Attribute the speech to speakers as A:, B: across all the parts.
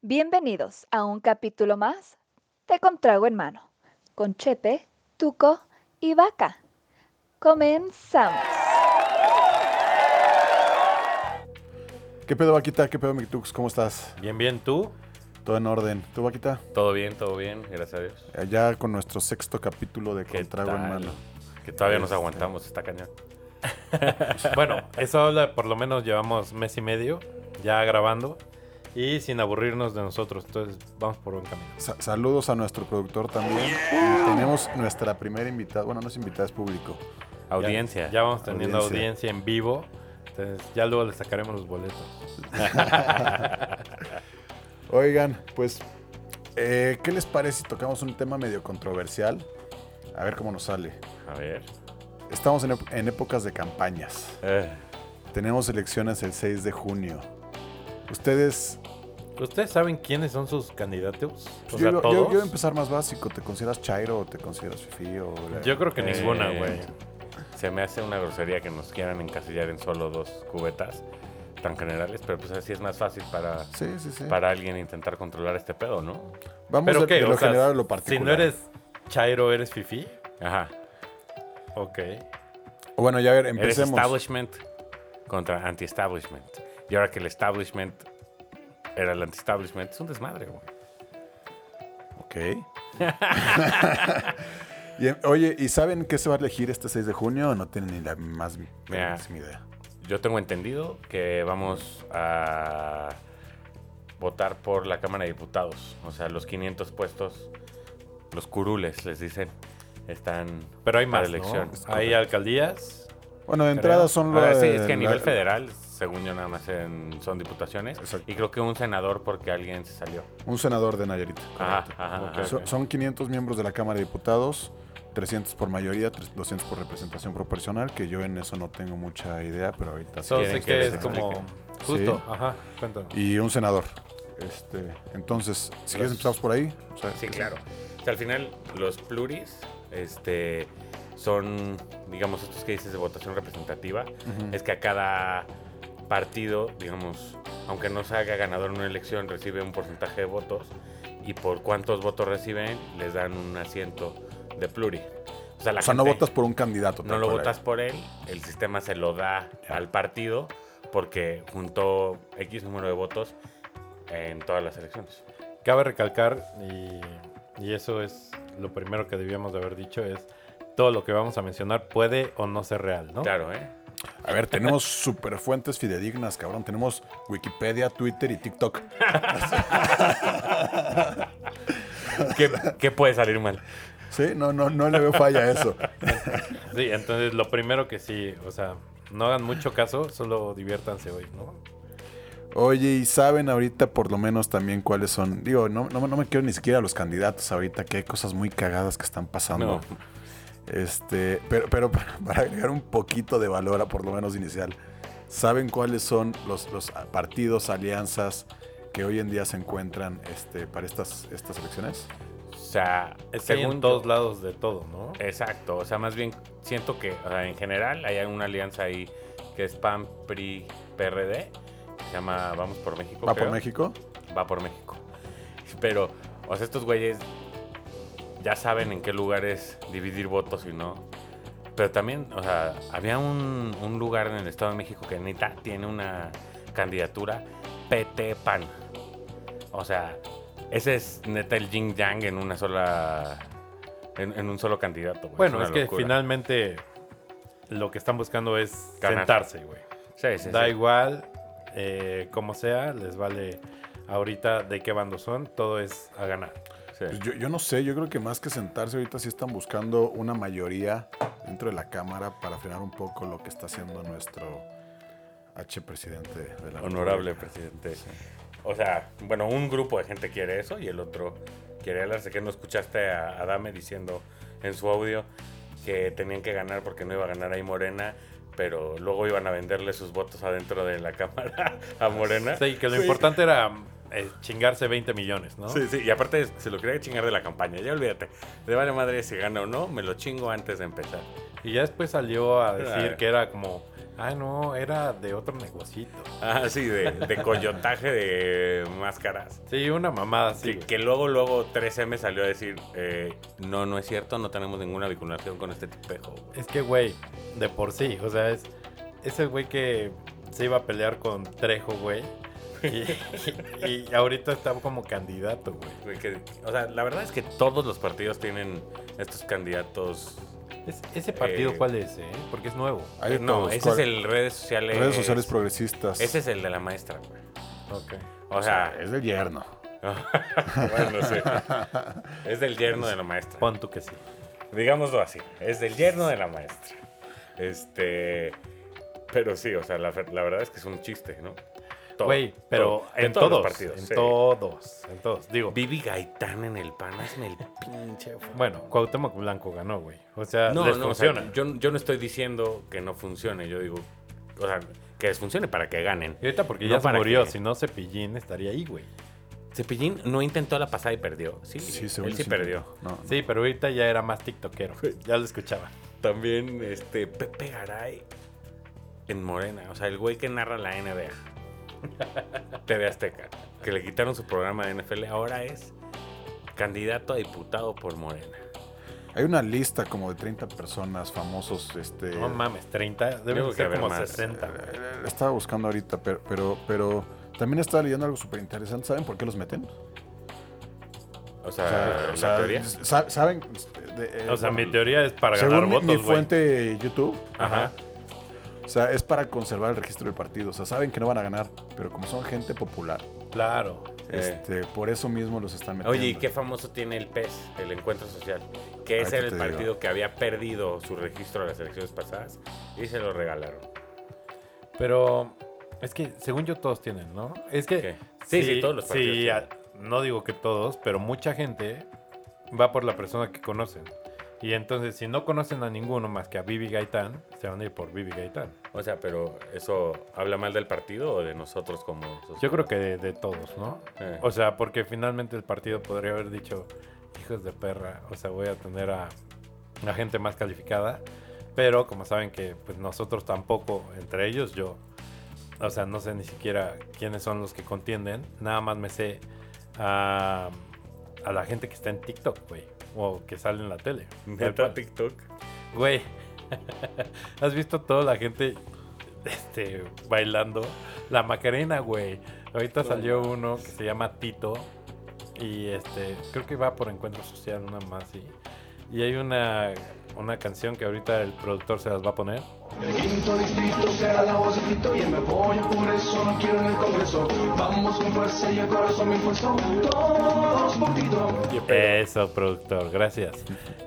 A: Bienvenidos a un capítulo más de Contrago en Mano, con Chepe, Tuco y Vaca. Comenzamos.
B: ¿Qué pedo, Vaquita? ¿Qué pedo, Mictux? ¿Cómo estás?
C: Bien, bien, ¿tú?
B: ¿Todo en orden? ¿Tú, Vaquita?
C: Todo bien, todo bien, gracias a Dios.
B: Allá con nuestro sexto capítulo de
C: ¿Qué
B: Contrago en
C: tal?
B: Mano.
C: Que todavía nos
B: Este.
C: aguantamos, está cañón. bueno, eso habla, por lo menos llevamos mes y medio ya grabando y sin aburrirnos de nosotros, entonces vamos por buen camino.
B: Sa- saludos a nuestro productor también. Y Tenemos nuestra primera invitada. Bueno, no es invitada, es público.
D: Audiencia.
C: Ya vamos teniendo
B: Audiencia.
C: audiencia, en vivo, entonces ya luego le sacaremos los boletos.
B: Oigan, pues, eh, ¿qué les parece si tocamos un tema medio controversial? A ver cómo nos sale.
C: A ver.
B: Estamos en, ep- en épocas de campañas.
C: Eh,
B: Tenemos elecciones el 6 de junio. Ustedes.
C: ¿Ustedes saben quiénes son sus candidatos?
B: yo, yo-
C: O sea,
B: yo-
C: ¿Pues todos.
B: yo voy a empezar más básico. ¿Te consideras Chairo o te consideras Fifi? O
C: Yo creo que
D: Eh,
C: ninguna, güey.
D: Se me hace una grosería que nos quieran encasillar en solo dos cubetas tan generales, pero pues así es más fácil para,
B: Sí, sí, sí.
D: para alguien intentar controlar este pedo, ¿no?
B: Vamos
C: ¿Pero
B: de,
C: qué?
B: de lo
C: O sea,
B: general a lo
C: si
B: particular.
C: no eres chairo, eres fifi.
D: Ajá.
C: Ok.
B: O Bueno, ya a ver,
D: Eres
B: empecemos.
D: establishment contra anti-establishment. Y ahora que el establishment era el anti-establishment, es un desmadre, güey.
B: Ok. Y, em, oye, ¿y saben qué se va a elegir este 6 de junio? o No tienen ni la más
D: Mira.
B: máxima idea.
D: Yo tengo entendido que vamos a votar por la Cámara de Diputados. O sea, los 500 puestos, los curules, les dicen, están
C: Pero hay
D: para
C: más, ¿no?
D: elección.
C: Hay alcaldías.
B: Bueno, de entrada son
D: A
B: los.
D: ver, sí, es que a nivel federal, según yo nada más en- son diputaciones.
B: Exacto.
D: Y creo que un senador porque alguien se salió.
B: Un senador de Nayarit.
D: Ajá, ajá,
C: Ah, Ok.
D: ajá.
B: So- Son 500 miembros de la Cámara de Diputados, 300 por mayoría, tres- 200 por representación proporcional, que yo en eso no tengo mucha idea, pero ahorita sí.
C: Solo
D: quieren
C: sé
D: que
C: que
D: les
C: es como.
B: explique.
C: Justo.
B: Sí.
C: Ajá. Cuéntame.
B: Y un senador. Este, entonces, si quieres
D: Los-
B: empezamos por ahí. o sea,
D: Sí, claro. O sea, al final, los pluris este, son, digamos, estos que dices de votación representativa.
B: Ujú.
D: Es que a cada partido, digamos, aunque no salga ganador en una elección, recibe un porcentaje de votos. Y por cuántos votos reciben, les dan un asiento de pluri. O sea, la
B: O sea, no
D: gente-
B: votas por un candidato.
D: no
B: tal
D: lo
B: cual.
D: votas por él, el sistema se lo da al partido porque juntó X número de votos en todas las elecciones.
C: Cabe recalcar, y, y eso es lo primero que debíamos de haber dicho, es todo lo que vamos a mencionar puede o no ser real, ¿no?
D: Claro, ¿eh?
B: A ver, tenemos super fuentes fidedignas, cabrón. Tenemos Wikipedia, Twitter y TikTok.
D: ¿Qué, qué puede salir mal?
B: Sí, no, no, no le veo falla a eso.
C: Sí, entonces lo primero que sí, o sea, no hagan mucho caso, solo diviértanse hoy, ¿no?
B: Oye, y saben ahorita por lo menos también cuáles son. Digo, no, no, no me quiero ni siquiera a los candidatos ahorita, que hay cosas muy cagadas que están pasando.
D: No.
B: Este, pero, pero para, para agregar un poquito de valor a por lo menos inicial, ¿saben cuáles son los, los partidos, alianzas que hoy en día se encuentran este, para estas, estas elecciones?
D: O sea,
C: Según
D: Eh, según Eh,
C: todos lados de todo, ¿no?
D: Exacto, o sea, más bien siento que o sea, en general hay una alianza ahí que es PAN, PRI, PRD, que se llama Vamos por México.
B: ¿Va por
D: creo.
B: México?
D: Va por México. Pero, o sea, estos güeyes ya saben en qué lugares dividir votos y no. Pero también, o sea, había un, un lugar en el Estado de México que neta tiene una candidatura PT PAN. O sea, ese es neta el yin yang en una sola. En, en un solo candidato. güey.
C: Bueno,
D: una
C: es que
D: locura.
C: finalmente lo que están buscando es
D: Ganar.
C: sentarse, güey.
D: Sí, sí,
C: Da
D: sí.
C: igual, eh, como sea, les vale ahorita de qué bando son, todo es a ganar.
D: Sí.
B: Pues Yo, yo no sé, yo creo que más que sentarse ahorita sí están buscando una mayoría dentro de la Cámara para frenar un poco lo que está haciendo nuestro H presidente de la
D: Honorable
B: República.
D: presidente. O sea, bueno, un grupo de gente quiere eso y el otro quiere hablarse. Que no escuchaste a Adame diciendo en su audio que tenían que ganar porque no iba a ganar ahí Morena, pero luego iban a venderle sus votos adentro de la Cámara a Morena.
C: Sí, que lo importante era eh, chingarse 20 millones, ¿no?
D: Sí, sí, y aparte se lo quería chingar de la campaña, ya olvídate. De vale madre si gana o no, me lo chingo antes de empezar.
C: Y ya después salió a decir
D: Claro.
C: que era como Ah, no, era de otro negocito.
D: Ah, sí, de, de coyotaje de máscaras.
C: Sí, una mamada así.
D: Que,
C: güey.
D: que luego, luego 3M salió a decir, eh, no, no es cierto, no tenemos ninguna vinculación con este tipejo. güey".
C: Es que, güey, de por sí, o sea, es, es el güey que se iba a pelear con Trejo, güey. Y, y- y ahorita está como candidato, güey.
D: Güey, que- o sea, la verdad es que todos los partidos tienen estos candidatos.
C: Es- ¿Ese partido
D: Eh,
C: cuál es, eh? Porque es nuevo.
B: Hay de
D: no,
B: todos.
D: ese
B: ¿Cuál?
D: es el redes sociales.
B: Redes sociales progresistas.
D: Ese es el de la maestra, güey.
C: Ok.
D: O sea,
B: es del yerno.
D: bueno, sí. Es del yerno de la maestra.
C: Pon tú que sí.
D: Digámoslo así, es del yerno de la maestra. Este. Pero sí, o sea, la, la verdad es que es un chiste, ¿no? Todo,
C: Güey, pero
D: todo.
C: en,
D: De
C: todos,
D: los partidos.
C: en
D: sí.
C: todos, en todos. Digo,
D: Vivi Gaitán en el pan, hazme el pinche. favor.
C: bueno, Cuauhtémoc Blanco ganó, güey. O sea,
D: no,
C: Ah, les
D: no, o sea,
C: funciona.
D: yo, yo no estoy diciendo que no funcione, yo digo, o sea, que les funcione para que ganen.
C: y ahorita porque
D: No
C: ya se
D: para
C: murió,
D: que-
C: si no Cepillín estaría ahí, güey.
D: Cepillín no intentó la pasada y perdió. Sí,
B: según
D: él
B: yo
D: sí perdió.
B: No,
C: Sí, pero ahorita ya era más tiktokero. Ya lo escuchaba.
D: También este Pepe Garay en Morena, o sea, el güey que narra la NBA. TV Azteca, que le quitaron su programa de NFL, ahora es candidato a diputado por Morena.
B: Hay una lista como de 30 personas famosos. Este,
C: No mames, 30,
D: Digo
C: deben
D: que
C: ser
D: haber
C: como
D: más.
C: 60. güey.
B: eh, estaba buscando ahorita, pero, pero, pero también estaba leyendo algo súper interesante. ¿Saben por qué los meten?
D: O sea, Ah, la
B: o sea,
D: teoría.
B: sa- ¿Saben? de- eh,
C: O sea, mi
B: bueno,
C: teoría es para ganar
B: según mi,
C: votos,
B: mi
C: güey.
B: fuente YouTube,
D: Ajá.
B: o sea, es para conservar el registro del partido. O sea, saben que no van a ganar, pero como son gente popular,
C: Claro.
D: Eh.
B: este, por eso mismo los están metiendo.
D: Oye, ¿y qué famoso tiene el PES, el Encuentro Social? Que
B: Ahorita
D: ese era el
B: te
D: partido
B: digo.
D: que había perdido su registro de las elecciones pasadas y se lo regalaron.
C: Pero es que, según yo, todos tienen, ¿no? Es que.
D: ¿Qué? Sí, sí, todos los partidos
C: sí,
D: tienen.
C: a- no digo que todos, pero mucha gente va por la persona que conocen. Y entonces, si no conocen a ninguno más que a Vivi Gaitán, se van a ir por Vivi Gaitán.
D: O sea, pero ¿eso habla mal del partido o de nosotros como sociedad?
C: Yo creo que de, de todos, ¿no?
D: Eh.
C: O sea, porque finalmente el partido podría haber dicho, hijos de perra, o sea, voy a tener a la gente más calificada, pero como saben que pues nosotros tampoco, entre ellos yo, o sea, no sé ni siquiera quiénes son los que contienden, nada más me sé a, a la gente que está en TikTok, güey, o que sale en la tele. Tal
D: Neta
C: cual.
D: TikTok.
C: Güey, ¿has visto toda la gente este, bailando? La Macarena, güey. Ahorita salió uno que se llama Tito. Y este, creo que va por encuentro social, una más. Y, y hay una, una canción que ahorita el productor se las va a poner.
E: El quinto distrito será la voz del grito y me voy, por eso no quiero en el Congreso. Vamos con fuerza y el corazón me impulsó, todos por Tito.
D: Eh,
C: Eso, productor, gracias.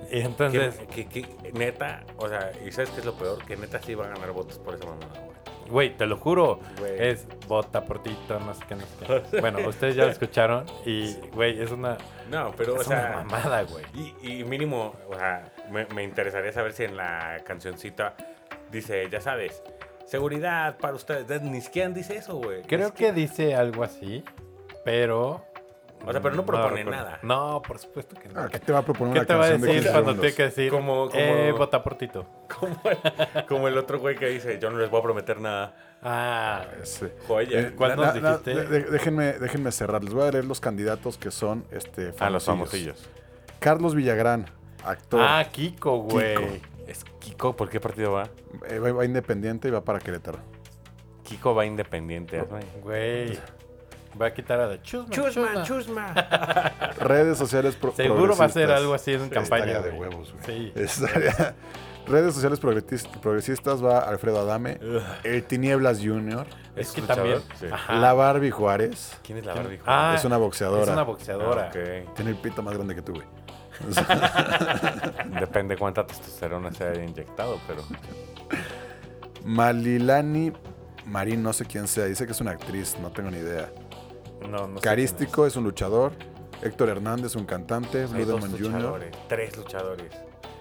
C: Y
D: ¿Qué-
C: entonces,
D: qué- qué- neta, o sea, ¿y sabes qué es lo peor? Que neta sí va a ganar votos por esa mamada, güey.
C: güey, te lo juro,
D: Güey.
C: es bota por Tito, no sé qué, no sé qué. Bueno, ustedes ya lo escucharon. Y, güey, es una,
D: No, pero, o
C: es una
D: sea,
C: mamada, güey.
D: Y, y mínimo, o sea, me, me interesaría saber si en la cancioncita dice, ya sabes, seguridad para ustedes. Ni siquiera dice eso, güey. Ni
C: Creo que
D: siquiera.
C: dice algo así, pero.
D: O sea, pero no propone
C: Mm, recuerdo.
D: nada.
C: No, por supuesto que no.
B: Ah, ¿Qué te va a proponer
C: ¿Qué
B: una
C: te va a
B: canción de
C: decir
B: 15
C: cuando
B: segundos?
C: tiene que decir?
D: Como- como-
C: Eh, vota por Tito.
D: Como el otro güey que dice, yo no les voy a prometer nada.
C: Ah,
B: Ese.
D: Joya.
B: Eh,
C: ¿Cuál
B: na-
C: nos
B: na-
C: dijiste?
B: de- de- déjenme, déjenme cerrar. Les voy a leer los candidatos que son este,
D: a los
B: famosillos.
D: famosillos.
B: Carlos Villagrán, actor.
C: ah Kiko, güey.
B: Kiko.
D: Es Kiko, ¿por qué partido va?
B: Eh, va, va independiente y va para Querétaro.
D: Kiko va independiente.
C: Güey. Va a quitar a la chusma. chusma.
D: chusma.
B: Redes sociales pro-
C: Seguro va a ser
B: progresistas.
C: algo así en campaña.
B: Estaría de
C: güey.
B: huevos, güey.
C: Sí.
B: Estaría- Redes sociales progretis- progresistas va Alfredo Adame, el Tinieblas Junior,
C: Es que
D: luchador?
C: también.
D: Sí.
C: Ajá.
B: la Barbie Juárez.
D: ¿Quién es la verdad?
C: Ah,
B: es una boxeadora. Ah,
C: Es una boxeadora.
B: Tiene el pito más grande que tú, güey.
D: Depende cuánta testosterona se haya inyectado, pero...
B: Malilani Marín, no sé quién sea, dice que es una actriz, no tengo ni idea.
C: No, no sé
B: Carístico es un luchador. Héctor Hernández, un cantante. Blue
D: Hay dos
B: Demon Jr.
D: luchadores, tres luchadores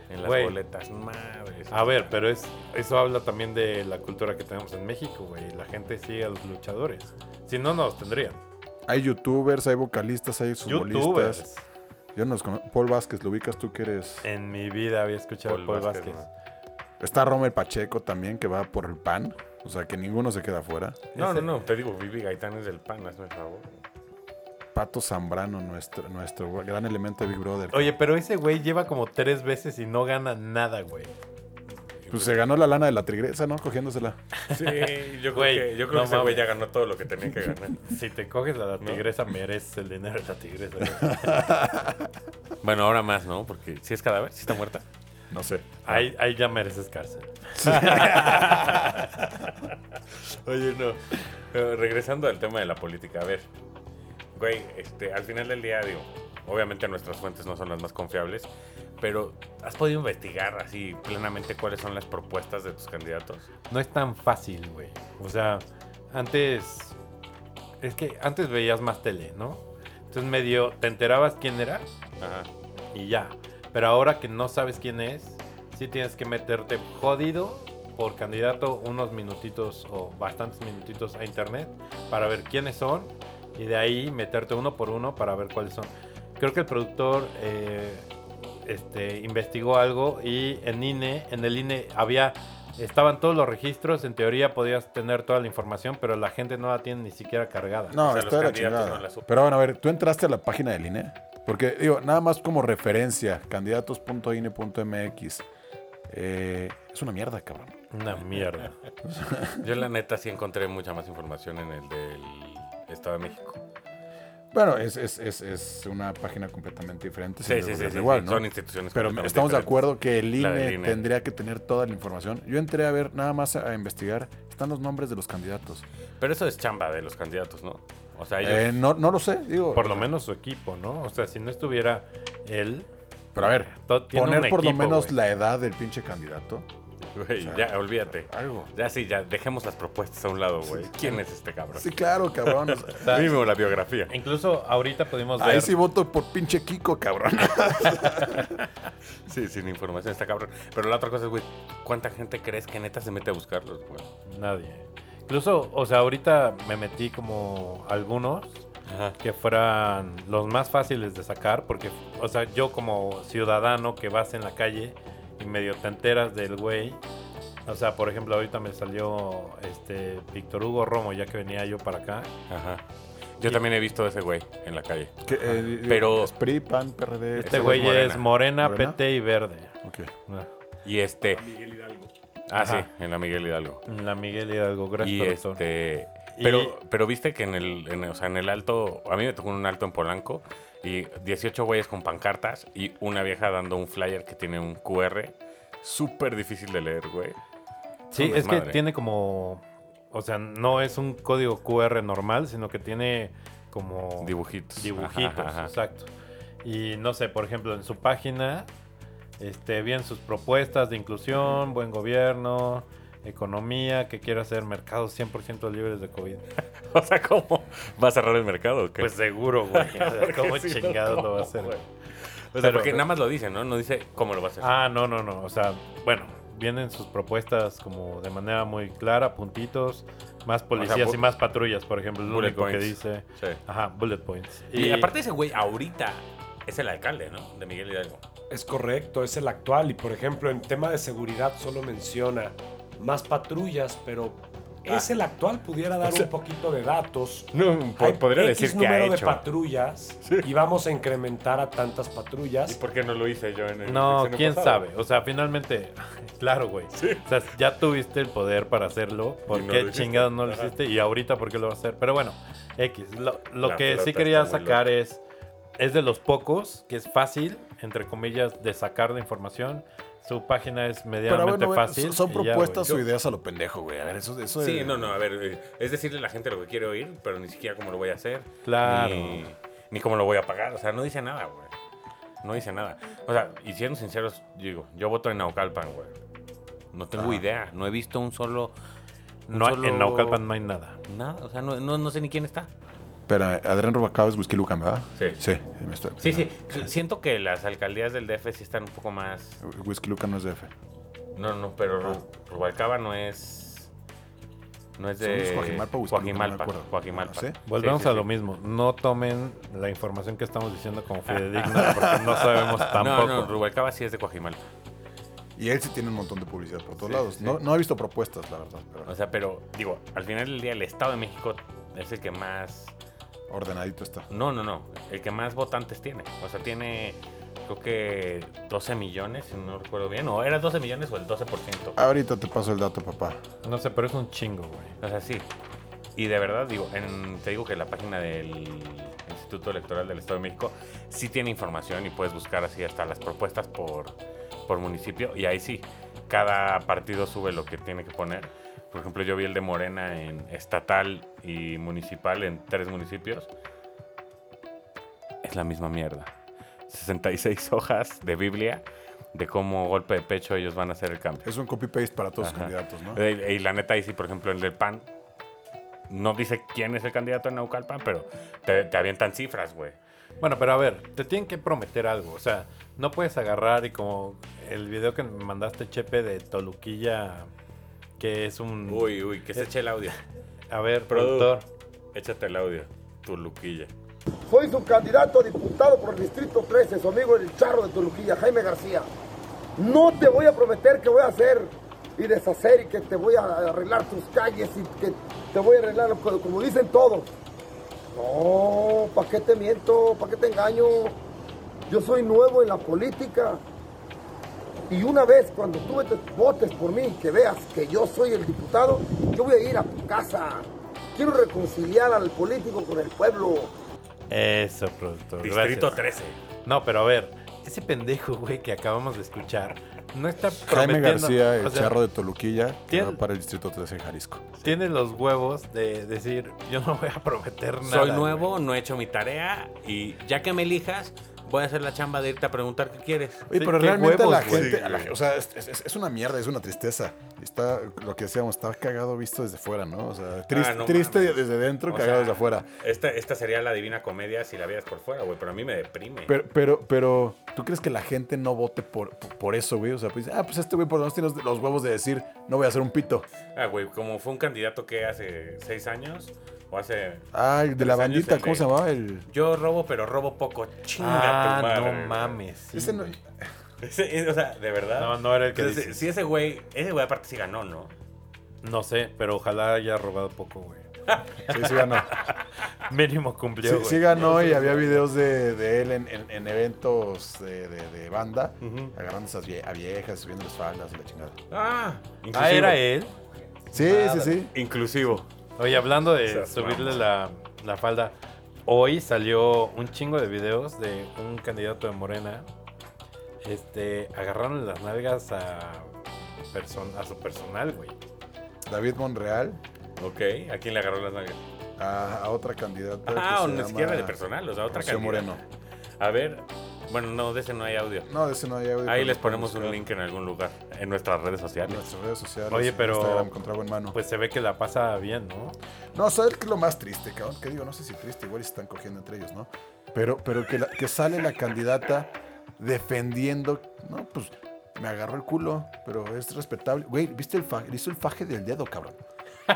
D: en las
C: Güey.
D: boletas. Madres.
C: quién es. A ver, pero es, eso habla también de la cultura que tenemos en México, güey. La gente sigue a los luchadores. Si no, no los tendrían.
B: Hay youtubers, hay vocalistas, hay futbolistas.
C: Youtubers.
B: Yo no los conozco. Paul Vázquez, lo ubicas tú que eres.
C: En mi vida había escuchado a
D: Paul
C: Paul
D: Vázquez,
C: Vázquez.
B: Está Romer Pacheco también, que va por el pan. O sea, que ninguno se queda fuera.
D: No, no, no. Te digo, Vivi Gaitán es del pan, hazme el favor.
B: Pato Zambrano, nuestro, nuestro gran elemento de Big Brother.
C: Oye, pero ese güey lleva como tres veces y no gana nada, güey.
B: pues se ganó la lana de la tigresa, ¿no? Cogiéndosela.
D: Sí, yo creo
C: Güey,
D: que, yo
C: no
D: creo que ese güey
C: mames.
D: ya ganó todo lo que tenía que ganar.
C: Si te coges a la tigresa, mereces el dinero de la tigresa. güey.
D: Bueno, ahora más, ¿no? Porque si es cadáver, si está muerta.
B: No sé.
C: Ahí, ahí ya mereces cárcel.
D: Oye, no. Pero regresando al tema de la política, a ver. Güey, este, al final del día, digo, obviamente nuestras fuentes no son las más confiables, pero ¿has podido investigar así plenamente cuáles son las propuestas de tus candidatos?
C: No es tan fácil, güey. O sea, antes. Es que antes veías más tele, ¿no? Entonces medio te enterabas quién era
D: Ajá.
C: y ya. Pero ahora que no sabes quién es, sí tienes que meterte jodido por candidato unos minutitos o bastantes minutitos a internet para ver quiénes son y de ahí meterte uno por uno para ver cuáles son. Creo que el productor eh, este, investigó algo y en INE, en el INE había estaban todos los registros, en teoría podías tener toda la información, pero la gente no la tiene ni siquiera cargada.
B: No,
D: O sea,
B: está de
D: los
B: la
D: candidatos
B: chingada.
D: no la supo.
B: Pero bueno, a ver, ¿tú entraste a la página del INE? Porque, digo, nada más como referencia, E candidatos.ine.mx. Eh, es una mierda, cabrón.
C: Una mierda.
D: Yo la neta sí encontré mucha más información en el del Estado de México.
B: Bueno, es, es, es, es una página completamente diferente. sin duda, pero
D: sí, Son instituciones
B: Pero
D: completamente
B: estamos de
D: diferentes.
B: acuerdo que el
D: La
B: INE,
D: del INE.
B: tendría que tener toda la información. Yo entré a ver, nada más a, a investigar. Están los nombres de los candidatos.
D: Pero eso es chamba de los candidatos, ¿no? O sea, ellos...
B: Eh, no, no lo sé, digo.
C: Por lo menos su equipo, ¿no? O sea, si no estuviera él,
B: Pero a ver,
C: to- tiene
B: poner
C: un
B: por lo
C: equipo,
B: menos
C: güey.
B: la edad del pinche candidato.
D: güey,
B: o sea,
D: ya, olvídate.
B: Algo.
D: Ya sí, ya dejemos las propuestas a un lado, güey. ¿Quién es este cabrón?
B: Sí, claro, cabrón. o sea,
C: sea,
D: Dime la biografía.
C: Incluso ahorita pudimos ver.
B: Ahí sí voto por pinche Kiko, cabrón.
D: Sí, sin información está cabrón. Pero la otra cosa es, güey, ¿cuánta gente crees que neta se mete a buscarlos, güey?
C: Nadie. Incluso, o sea, ahorita me metí como algunos
D: Ajá.
C: que fueran los más fáciles de sacar, porque, o sea, yo como ciudadano que vas en la calle y medio te enteras del güey. O sea, por ejemplo, ahorita me salió este Víctor Hugo Romo, ya que venía yo para acá.
D: Ajá. Yo también he visto a ese güey en la calle.
B: Que, eh,
D: Pero-
B: es PRI, PAN, PRD.
C: Este
D: Ese
C: güey
D: güey es
C: es morena,
B: ¿Morena?
C: PT y verde.
B: Ok.
C: Ah,
D: Y este... Ah,
C: Ajá.
D: sí, en la Miguel Hidalgo.
C: La Miguel Hidalgo, gracias,
D: y
C: productor.
D: este
C: Y-
D: pero pero viste que en el en, o sea, en el alto a mí me tocó un alto en Polanco y 18 güeyes con pancartas y una vieja dando un flyer que tiene un QR súper difícil de leer güey
C: Sí,
D: un
C: es que
D: desmadre.
C: tiene como. O sea, no es un código QR normal, sino que tiene como.
D: dibujitos
C: dibujitos,
D: Ajá, ajá, ajá.
C: exacto. Y no sé, por ejemplo, en su página, este, bien sus propuestas de inclusión, buen gobierno, economía, que quiere hacer mercados 100% libres de COVID.
D: o sea cómo va a cerrar el mercado o qué?
C: Pues seguro, güey. O sea,
D: Porque
C: ¿Cómo
D: si no,
C: chingados lo va
D: ¿cómo,
C: a hacer?
D: güey? o sea
C: pero-
D: porque nada más lo dice no no dice cómo lo va a hacer
C: Ah, no, no, no. O sea, bueno, vienen sus propuestas como de manera muy clara, puntitos, más policías
D: bu-
C: y más patrullas, por ejemplo, es lo
D: Bullet
C: único que
D: points.
C: dice.
D: Sí.
C: Ajá, bullet points.
D: y aparte ese güey ahorita es el alcalde no de Miguel Hidalgo
F: Es correcto, es el actual. Y por ejemplo, en tema de seguridad solo menciona más patrullas, pero es el actual. Pudiera dar un poquito de datos.
D: no
F: Hay X número de patrullas y vamos a incrementar a tantas
D: y
F: patrullas.
D: por qué no lo hice yo en el
C: No,
D: sexenio
C: quién
D: pasado?
C: sabe. O sea, finalmente, claro, güey. O sea, ya tuviste el poder para hacerlo. ¿Por
D: Y no
C: qué
D: lo hiciste.
C: chingados no lo
D: Ajá.
C: hiciste? Y ahorita, ¿por qué lo vas a hacer? Pero bueno, X. Lo, lo
D: La
C: que sí
D: pelota
C: quería
D: está muy
C: sacar es. Es de los pocos que es fácil, entre comillas, de sacar la información. Su página es
B: Pero
C: medianamente
B: bueno, güey,
C: fácil.
B: son
C: y ya, güey.
B: propuestas o ideas a lo pendejo, güey. A ver, eso, eso
D: Sí,
B: es-
D: no, no, a ver, eh, es decirle a la gente lo que quiere oír, pero ni siquiera cómo lo voy a hacer.
C: Claro.
D: Ni, ni cómo lo voy a pagar, o sea, no dice nada, güey. No dice nada. O sea, y siendo sinceros, digo, yo voto en Naucalpan, güey. No tengo
B: Ajá.
D: idea, no he visto un solo... un
C: No, hay-
D: solo-
C: En Naucalpan no hay nada.
D: Nada, o sea, no, no, no sé ni quién está.
B: Espera, Adrián Rubacaba es Whisky Lucan, ¿verdad?
D: Sí.
B: Sí, me estoy-
D: Sí, sí, siento que las alcaldías del DF sí están un poco más...
B: Whisky Lucan no es DF.
D: No, no, pero Ru- Rubalcaba no es... No es
B: Son
D: de...
B: los Coajimalpa o Huizquilucan, no me
D: Coajimalpa,
B: acuerdo.
D: Coajimalpa.
B: ¿Sí?
C: Volvemos
D: Sí, sí,
C: a lo
D: sí.
C: mismo. No tomen la información
D: Ah,
C: que estamos diciendo como fidedigna, porque no sabemos tampoco.
D: No, no, Rubalcaba sí es de Coajimalpa.
B: Y él sí tiene un montón de publicidad por todos
D: Sí,
B: lados.
D: sí, Ah. sí.
B: No, no he visto propuestas, la verdad, pero
D: O sea, pero digo, al final del día el Estado de México es el que más...
B: ordenadito está.
D: No, no, no. El que más votantes tiene. O sea, tiene creo que 12 millones, si no recuerdo bien. O era 12 millones o el 12%.
B: Ahorita te paso el dato, papá.
C: No sé, pero es un chingo, güey.
D: O sea, sí. Y de verdad, digo, en- te digo que la página del Instituto Electoral del Estado de México sí tiene información y puedes buscar así hasta las propuestas por, por municipio. Y ahí sí, cada partido sube lo que tiene que poner. Por ejemplo, yo vi el de Morena en estatal y municipal en tres municipios. Es la misma mierda. 66 hojas de Biblia de cómo golpe de pecho ellos van a hacer el cambio.
B: Es un copy-paste para todos los
D: Ajá.
B: candidatos, ¿no?
D: Eh, Y la neta, ahí sí, por ejemplo, el del PAN, no dice quién es el candidato en Naucalpan, pero te, te avientan cifras, güey.
C: Bueno, pero a ver, te tienen que prometer algo. O sea, no puedes agarrar y como el video que me mandaste, Chepe, de Toluquilla, que es un...
D: uy, que
C: se eche
D: el audio.
C: A ver,
D: Produ.
C: Eh, productor.
D: Échate el audio, tu luquilla.
G: Soy su candidato a diputado por el Distrito 13, su amigo el charro de Toluquilla, Jaime García. No te voy a prometer que voy a hacer y deshacer y que te voy a arreglar tus calles y que te voy a arreglar lo que- como dicen todos. No, ¿para qué te miento? ¿Para qué te engaño? Yo soy nuevo en la política. Y una vez cuando tú te- votes por mí, que veas que yo soy el diputado, yo voy a ir a tu casa. Quiero reconciliar al político con el pueblo.
C: Eso, productor.
D: Distrito
C: Pues gracias.
D: 13.
C: No, pero a ver, ese pendejo, güey, que acabamos de escuchar, no está
B: Jaime
C: prometiendo-
B: García, el
C: o sea,
B: charro de Toluquilla, que
C: ¿tien-
B: va para el Distrito 13 en Jalisco.
C: Tiene los huevos de decir, yo no voy a prometer Pues nada.
D: Soy nuevo,
C: güey".
D: no he hecho mi tarea y ya que me elijas, voy a hacer la chamba de irte a preguntar qué quieres.
B: Oye,
C: Sí,
B: pero
C: qué
B: realmente a la
C: huevos, güey.
B: gente, a la gen- o sea, es, es- es una mierda, es una tristeza. Está, lo que decíamos, está cagado visto desde fuera, ¿no? O sea, triste,
D: Ah, no
B: triste
D: mames.
B: desde dentro,
D: O
B: cagado
D: sea,
B: desde afuera.
D: Esta, esta sería la divina comedia si la vieras por fuera, güey, pero a mí me deprime.
B: Pero, pero, pero, ¿tú crees que la gente no vote por, por, por eso, güey? O sea, pues, ah, pues este güey por lo menos tiene los- los huevos de decir, no voy a hacer un pito.
D: Ah, güey, como fue un candidato que hace seis años o hace...
B: Ah, el de la
D: Tres años
B: bandita,
D: el
B: ¿cómo
D: de-
B: se llamaba? El...
D: Yo robo, pero robo poco. Chinga
C: Ah,
D: tu madre.
C: no mames. sí,
B: Ese no-
C: güey.
D: Ese- eh, o sea, de verdad.
C: No, no era el que
D: Entonces,
C: dices.
D: Si ese güey, ese güey aparte sí ganó, ¿no?
C: No sé, pero ojalá haya robado poco, güey.
B: Sí, sí ganó.
C: Mínimo
B: Sí,
C: cumplió, güey.
B: sí ganó y había videos de, de él en, en- en eventos de, de- de banda, agarrando esas vie- a viejas, subiendo las faldas y la chingada.
D: Ah,
C: Ah, era él.
B: Sí, sí, sí.
D: Inclusivo.
C: Oye, hablando de
D: Esas
C: subirle
D: mamas.
C: la, la falda, hoy salió un chingo de videos de un candidato de Morena. Este, agarraron las nalgas a, person- a su personal, güey.
B: David Monreal,
D: Ok, ¿a quién le agarró las nalgas?
B: a, a otra candidata. que
D: Ah,
B: se
D: una izquierda
B: llama
D: de personal, o sea, otra
B: Rocío
D: candidata.
B: Moreno.
D: A ver, bueno, no, de ese no hay audio.
B: No, de ese no hay audio.
D: Ahí
B: pero
D: les
B: lo
D: ponemos
B: pueden
D: un
B: buscar
D: link en algún lugar, en nuestras redes
B: En
D: sociales.
B: nuestras redes sociales.
C: Oye,
B: en
C: pero-
B: Instagram con trago en mano.
C: Pues se ve que la pasa bien, ¿no?
B: No, ¿sabes qué es lo más triste, cabrón? Que digo, no sé si triste, igual se están cogiendo entre ellos, ¿no? Pero, pero que, la- que sale la candidata defendiendo, no, pues me agarró el culo, pero es respetable. Güey, ¿viste el faje? Le hizo el faje del dedo, cabrón.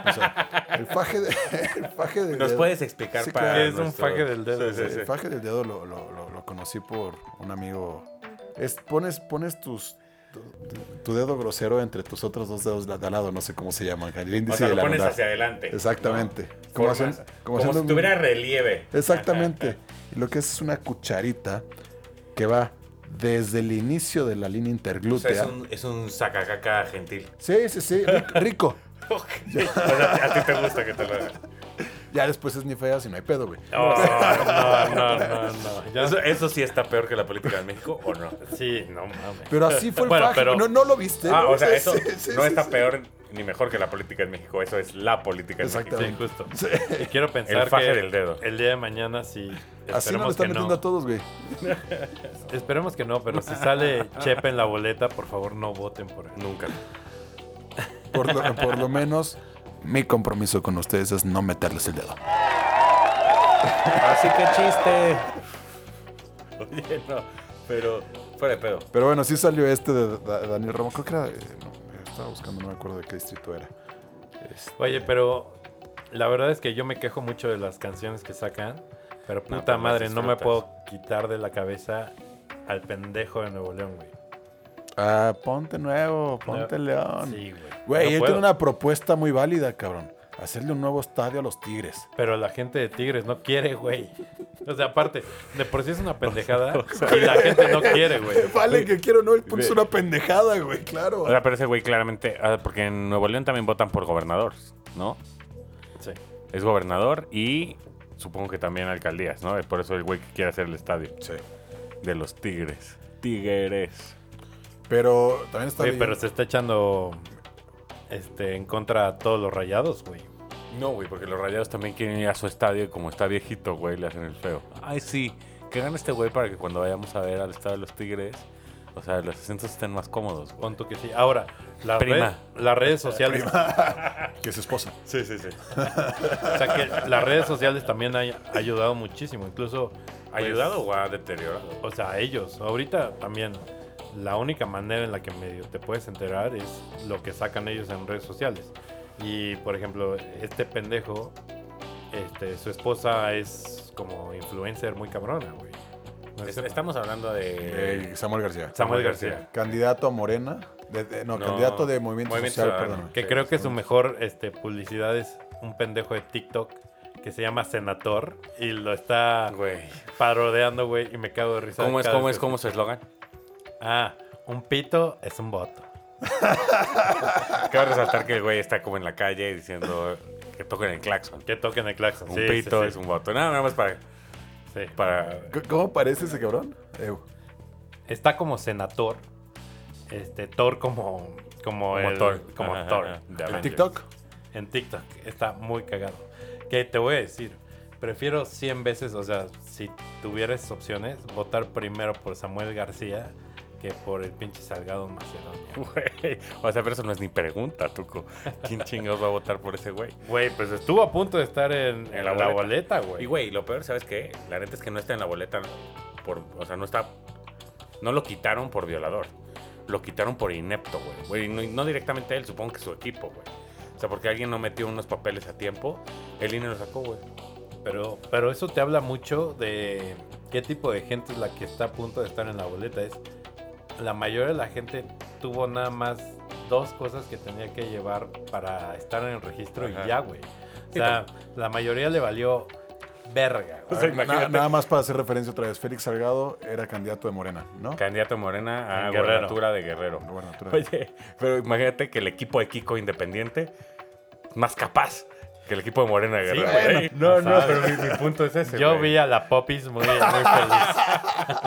B: O sea, el faje, de- el faje del
D: ¿Nos
B: dedo.
D: puedes explicar
B: Sí,
D: para
B: claro.
C: Es un faje del dedo,
D: Sí, sí, sí.
B: El faje del dedo lo, lo- lo- lo conocí por un amigo. Es, pones pones tus, tu, tu- tu dedo grosero entre tus otros dos dedos de al lado, no sé cómo se llaman, el índice
D: O sea,
B: y
D: lo
B: el
D: pones
B: anular.
D: hacia adelante.
B: Exactamente.
D: ¿no?
B: Como,
D: Formas-
B: hacen- como
D: como
B: haciendo
D: si
B: un-
D: tuviera relieve.
B: Exactamente. Y lo que es es una cucharita que va desde el inicio de la línea
D: O sea, es
B: interglútea.
D: un, es un sacacaca gentil.
B: Sí, sí, sí, rico. rico.
D: Ok. O sea, a ti te gusta que te lo hagan.
B: Ya después es ni fea, si no hay pedo, güey.
D: No, no, no, no.
C: no.
D: Eso, eso sí está peor que la política de México, ¿o no?
C: Sí, no mames.
B: Pero así fue el
C: Bueno,
B: faje.
C: pero-
B: No, no lo viste.
D: Ah,
B: güey.
D: o sea, eso
B: Sí, sí,
D: no
B: sí,
D: está
B: sí.
D: peor ni mejor que la política en México. Eso es la política en México.
C: Sí,
B: Exactamente.
C: justo. Y quiero pensar
D: El faje
C: que
D: del dedo.
C: el día de mañana
B: Así
C: sí.
B: no
C: Esperemos
B: lo están
C: que
B: metiendo
C: no.
B: a todos, güey.
C: Esperemos que no, pero si sale Chepe en la boleta, por favor no voten por él.
D: Nunca.
B: Por lo, por lo menos, mi compromiso con ustedes es no meterles el dedo.
D: Así que chiste. Oye, no, pero fuera de pedo.
B: Pero bueno, sí salió este de Da- Daniel Romo. Creo que era. eh, no, estaba buscando, no me acuerdo de qué distrito era. Este-
C: Oye, pero la verdad es que yo me quejo mucho de las canciones que sacan, pero
D: pero
C: puta
D: las
C: madre, no me
D: disfrutas.
C: puedo quitar de la cabeza al pendejo de Nuevo León, güey.
B: Ah, ponte nuevo, ponte león.
C: Sí, güey.
B: Güey,
C: No
B: él
C: puedo.
B: tiene una propuesta muy válida, cabrón. Hacerle un nuevo estadio a los Tigres.
C: Pero la gente de Tigres no quiere, güey. O sea, aparte, de por sí es una pendejada y la gente no quiere, güey.
B: Vale, que quiero no, el punto
D: es
B: es una pendejada, güey, claro.
D: O sea, pero ese güey claramente. ah, Porque en Nuevo León también votan por gobernador, ¿no?
C: Sí.
D: Es gobernador y supongo que también alcaldías, ¿no? Es por eso el güey que quiere hacer el estadio.
B: Sí.
D: De los Tigres. Tigres.
B: Pero también está
C: Oye, pero
B: leyendo-
C: se está echando este, en contra a todos los rayados, güey.
D: No, güey, porque los rayados también quieren ir a su estadio y como está viejito, güey, le hacen el feo. Ay, sí. Que gane este güey para que cuando vayamos a ver al estadio de los Tigres, o sea, los asientos estén más cómodos, güey.
C: Pon tú que sí. Ahora, la
D: Prima.
C: red- las redes sociales.
B: que es esposa.
D: Sí, sí, sí.
C: O sea que las redes sociales también han ayudado muchísimo. Incluso
D: ¿Ayudado
C: pues,
D: o ha deteriorado?
C: O sea, ellos. Ahorita también la única manera en la que medio te puedes enterar es lo que sacan ellos en redes sociales. Y por ejemplo, este pendejo, este, su esposa es como influencer muy cabrona, güey. No
D: Es-
C: sé,
D: Estamos hablando de
B: Eh, Samuel García.
C: Samuel García.
B: Candidato a Morena. De- de- no,
D: No,
B: candidato de Movimiento,
D: Movimiento
B: Social,
D: Ciudadano.
B: perdón.
C: Que
D: Sí,
C: creo que su mejor este, publicidad es un pendejo de TikTok que se llama Senator y lo está
D: Güey.
C: parodeando, güey, y me cago de risa.
D: ¿Cómo es,
C: cada
D: cómo
C: vez
D: es,
C: que-
D: cómo es su eslogan?
C: Ah, un pito es un voto.
D: Cabe resaltar que el güey está como en la calle diciendo que toquen el claxon.
C: Que toquen el claxon.
D: Un
C: Sí, sí,
D: pito
C: sí.
D: es un voto. Nada, nada más para...
C: Sí.
D: para
B: C- ¿Cómo parece ese cabrón? Ew.
C: Está como senator. Este, Thor como. Como,
D: como
C: el-
D: Thor.
C: Como
D: Ajá,
C: Thor.
D: ajá, de
B: ¿En
D: Avengers.
B: TikTok?
C: En TikTok. Está muy cagado. Que te voy a decir. Prefiero 100 veces, o sea, si tuvieras opciones, votar primero por Samuel García que por el pinche Salgado Macedonia.
D: Güey, o sea, pero eso no es ni pregunta, Tuco. ¿Quién chingados va a votar por ese güey?
C: Güey, pues estuvo a punto de estar en, en la, boleta,
D: Y
C: güey.
D: güey, lo peor, ¿sabes qué? La neta es que no está en la boleta por, o sea, no está no lo quitaron por violador. Lo quitaron por inepto, güey. Güey, no, no directamente él, supongo que su equipo, güey. O sea, porque alguien no metió unos papeles a tiempo, el INE lo sacó, güey.
C: Pero, pero eso te habla mucho de qué tipo de gente es la que está a punto de estar en la boleta. Es la mayoría de la gente tuvo nada más dos cosas que tenía que llevar para estar en el registro
D: Ajá.
C: y ya, güey. O sea, la mayoría le valió verga. güey.
D: O sea,
B: Na-
D: imagínate.
B: nada más para hacer referencia otra vez. Félix Salgado era candidato de Morena, ¿no?
D: Candidato Morena a
C: En Guerrero.
D: gobernatura de Ah. Guerrero.
C: Pues,
B: Gubernatura.
D: Oye, pero imagínate que el equipo de Kiko Independiente más capaz que el equipo de Morena de
C: Sí,
D: Guerrero.
C: güey.
D: güey.
C: No,
D: O
C: no,
D: sea,
C: pero
D: mi, mi punto es ese.
C: Yo
D: güey.
C: vi a la Popis muy, muy feliz.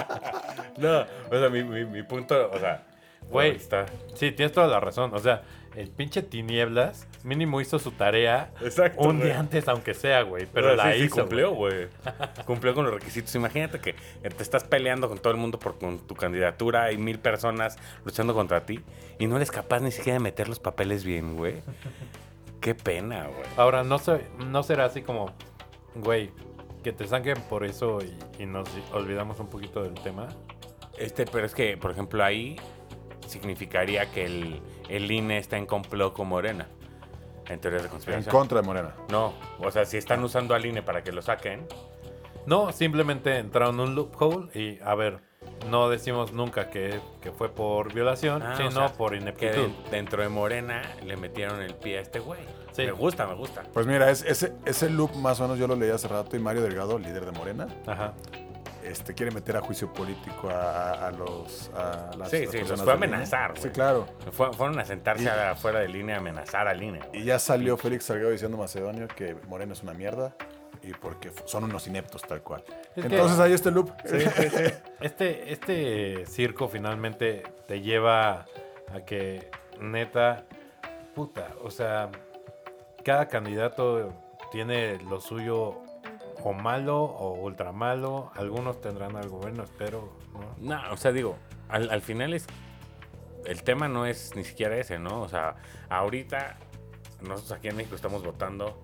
D: No, o sea, mi, mi- mi punto, o sea,
C: Güey.
D: ahí está.
C: Sí, tienes toda la razón. O sea, el pinche Tinieblas mínimo hizo su tarea
D: Exacto,
C: un
D: güey.
C: día antes, aunque sea, güey. Pero
D: O sea,
C: la
D: sí, sí
C: hizo.
D: cumplió,
C: güey.
D: güey. cumplió con los requisitos. Imagínate que te estás peleando con todo el mundo por con tu candidatura y mil personas luchando contra ti y no eres capaz ni siquiera de meter los papeles bien, güey. Qué pena, güey.
C: Ahora, no, se- no será así como, güey, que te saquen por eso y, y nos olvidamos un poquito del tema.
D: Este, pero es que, por ejemplo, ahí significaría que el, el INE está en complot con Morena. En teorías de
B: En
D: conspiración.
B: contra de Morena.
D: no, o sea, si están usando al INE para que lo saquen,
C: No, simplemente entraron en un loophole y, a ver, no decimos nunca que, que fue por violación,
D: Ah,
C: sino
D: o sea,
C: por
D: que
C: ineptitud.
D: den- dentro de Morena le metieron el pie a este güey.
C: Sí.
D: Me gusta, me gusta.
B: Pues mira, es, ese, ese loop más o menos yo lo leí hace rato y Mario Delgado, líder de Morena,
C: Ajá.
B: este, quiere meter a juicio político a, a- a los a las,
D: Sí,
B: las
D: sí, los
B: personas
D: fue a
B: del INE.
D: amenazar,
B: Sí,
D: güey.
B: claro.
D: Fue- fueron a sentarse a- afuera del INE a amenazar al INE. güey.
B: Y ya salió Félix Salgado diciendo Macedonio que Morena es una mierda y porque f- son unos ineptos tal cual.
C: Es que-
B: Entonces ahí este loop.
C: Este, este circo finalmente te lleva a que, neta, puta, o sea, cada candidato tiene lo suyo o malo o ultra malo. Algunos tendrán algo bueno, espero. ¿no?
D: No, o sea, digo, al, al final es. El tema no es ni siquiera ese, ¿no? O sea, ahorita nosotros aquí en México estamos votando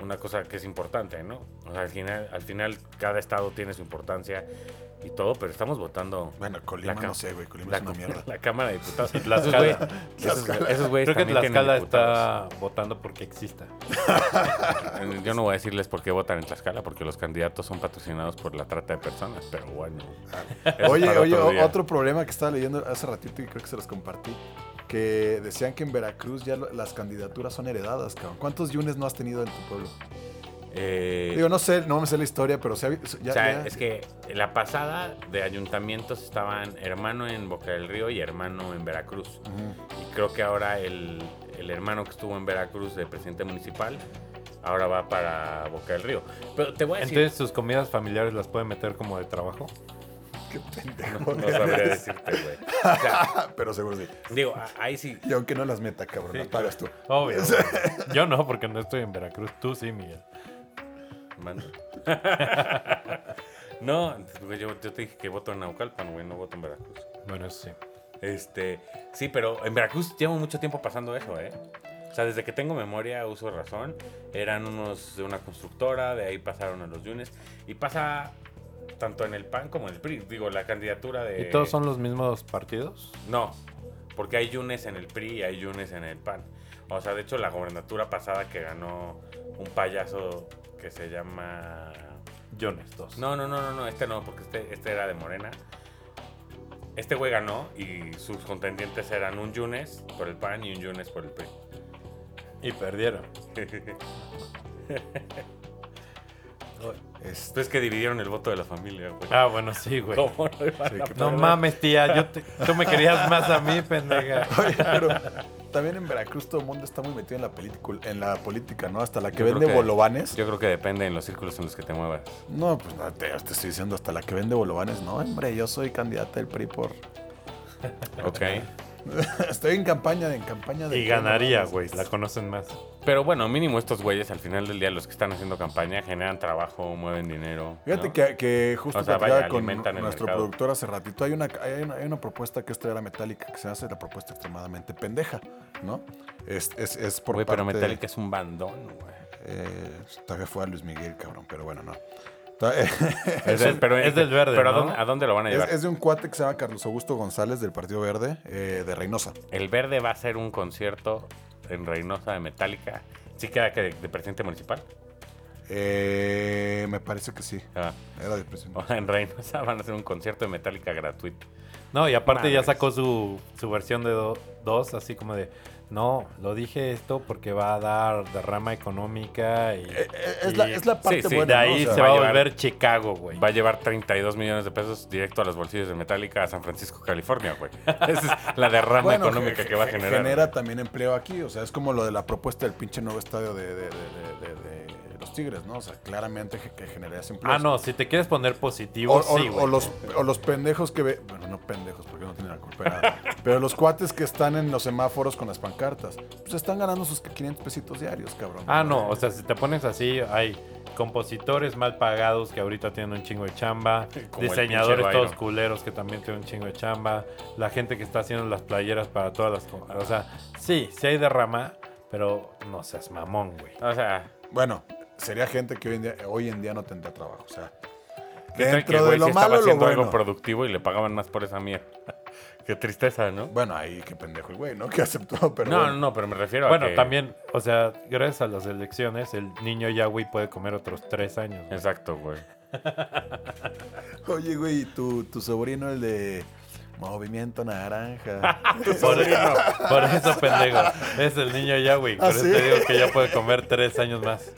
D: una cosa que es importante, ¿no? O sea, al final, al final cada estado tiene su importancia y todo, pero estamos votando
B: Bueno, Colima
D: La ca-
B: no sé, güey. Colima
D: la,
B: es una mierda.
D: la Cámara de Diputados. Y
C: Esos
D: Tlaxcala.
C: güey-
D: Esos güey- esos güeyes
C: Creo que
D: también tienen
C: Tlaxcala
D: diputados.
C: está votando porque exista.
D: Eh, Yo no voy a decirles por qué votan en Tlaxcala, porque los candidatos son patrocinados por la trata de personas, pero bueno. eso es
B: Ah. Oye,
D: para
B: oye, o-
D: día.
B: otro problema que estaba leyendo hace ratito y creo que se los compartí, que decían que en Veracruz ya lo- las candidaturas son heredadas, cabrón. ¿Cuántos yunes no has tenido en tu pueblo?
D: Eh,
B: Digo, no sé, no me sé la historia, pero se ha vi- se- ya,
D: o sea,
B: ya-
D: es que la pasada de ayuntamientos estaban hermano en Boca del Río y hermano en Veracruz.
B: Ujú.
D: Y creo que ahora el, el hermano que estuvo en Veracruz de presidente municipal, ahora va para Boca del Río. Pero te voy a decir...
C: Entonces, sus comidas familiares las pueden meter como de trabajo.
B: Qué pendejo.
D: no, no sabría decirte, güey. O sea,
B: Ah, pero seguro sí.
D: digo, a- ahí sí,
B: Y aunque no las meta, cabrón, las pagas tú.
C: Obvio. güey. Yo no, porque no estoy en Veracruz. Tú sí, Miguel.
D: Mano. no, güey, yo, yo te dije que voto en Naucalpan, güey, no voto en Veracruz.
C: Bueno, eso sí.
D: Este, sí, pero en Veracruz llevo mucho tiempo pasando eso, ¿eh? O sea, desde que tengo memoria, uso razón, eran unos de una constructora, de ahí pasaron a los Yunes, y pasa tanto en el PAN como en el PRI. Digo, la candidatura de...
C: ¿Y todos son los mismos partidos?
D: No, porque hay Yunes en el PRI y hay Yunes en el PAN. O sea, de hecho, la gobernatura pasada que ganó un payaso que se llama...
C: Jones, dos.
D: No, no, no, no, no, este no, porque este, este era de Morena. Este güey ganó y sus contendientes eran un Yunes por el PAN y un Yunes por el PRI.
C: Y perdieron.
B: Este,
D: Entonces que dividieron el voto de la familia, güey.
C: Ah, bueno, sí, güey.
D: ¿Cómo no iban a
C: No
D: poder?
C: mames, tía. Yo te- tú me querías más a mí, pendeja.
B: Oye, pero también en Veracruz todo el mundo está muy metido en la película, en la política, ¿no? Hasta la que
D: Yo creo
B: vende
D: que-
B: bolovanes.
D: Yo creo que depende en los círculos en los que te muevas.
B: No, pues no, te, te estoy diciendo, hasta la que vende bolovanes, no, hombre, yo soy candidata del PRI por.
D: Ok.
B: Estoy en campaña, de- en campaña de.
C: Y ganaría, güey. La conocen más.
D: Pero bueno, mínimo estos güeyes al final del día, los que están haciendo campaña, generan trabajo, mueven dinero.
B: Fíjate
D: ¿no?
B: que, que justo
D: O sea,
B: platicaba
D: vaya,
B: con
D: alimentan el
B: nuestro
D: mercado.
B: productor hace ratito. Hay una, hay, una, hay una propuesta que es traer a Metallica, que se hace la propuesta extremadamente pendeja, ¿no? Es, es, es por
D: Güey, pero
B: parte-
D: Metallica es un bandón, güey.
B: Eh, todavía fue a Luis Miguel, cabrón, pero bueno, no. Ta- Es,
C: Es del-
D: pero,
C: es del verde,
D: Pero ¿a,
C: ¿no?
D: dónde, a dónde lo van a llevar?
B: es de un cuate que se llama Carlos Augusto González del Partido Verde eh, de Reynosa.
D: El Verde va a hacer un concierto en Reynosa de Metallica. Sí queda que de, de presidente municipal.
B: Eh, me parece que sí.
D: Ah,
B: Era de presión.
C: Oh.
D: o sea, en Reynosa van a hacer un concierto de Metallica gratuito.
C: No, y aparte ya
D: Madres.
C: sacó su, su versión de 2, así como de, no, lo dije esto porque va a dar derrama económica y...
B: es
C: y-
B: la- es la parte
C: sí, sí,
B: buena,
C: de
B: Eh, ¿no?
C: ahí
B: O sea,
C: se va a
D: va a llevar-
C: volver Chicago, güey.
D: Va a llevar 32 millones de pesos directo a los bolsillos de Metallica a San Francisco, California, güey. Esa es la derrama
B: Bueno,
D: económica
B: ge-
D: que va a
B: ge-
D: generar.
B: Genera también empleo aquí, o sea, es como lo de la propuesta del pinche nuevo estadio de, de- de- de- de- de los Tigres, ¿no? O sea, claramente ge- que generas empleo.
C: Ah, no, si te quieres poner positivo,
B: O, o-
C: sí, güey.
B: o los, o los pendejos que ve. Bueno, no pendejos, porque no tienen la culpa. de nada. Pero los cuates que están en los semáforos con las pancartas, pues están ganando sus 500 pesitos diarios, cabrón.
C: Ah, no, o sea, si te pones así, hay compositores mal pagados que ahorita tienen un chingo de chamba,
D: Como el
C: diseñadores
D: pinche
C: todos
D: Byron.
C: culeros que también tienen un chingo de chamba, la gente que está haciendo las playeras para todas las... co- O sea, sí, sí hay derrama, pero no seas mamón, güey.
D: O sea,
B: Bueno, sería gente que hoy en día, hoy en día no tendrá trabajo, o sea.
D: ¿qué tal que
B: Dentro
D: el
B: de
D: güey
B: lo
D: sí estaba
B: malo, lo
D: haciendo
B: bueno.
D: algo productivo y le pagaban más por esa mierda. Qué tristeza, ¿no?
B: Bueno, ahí qué pendejo el güey, ¿no? Que aceptó, pero.
D: no,
B: bueno.
D: no, no, pero me refiero a
C: Bueno,
D: que-
C: también, o sea, gracias a las elecciones, el niño Yahweh puede comer otros tres años. güey.
D: Exacto, güey.
B: Oye, güey, tu, tu sobrino, el de Movimiento Naranja.
C: Por eso, por eso, pendejo. Es el niño Yahweh. Por
B: ¿Ah,
C: eso
B: sí?
C: te digo que ya puede comer tres años más.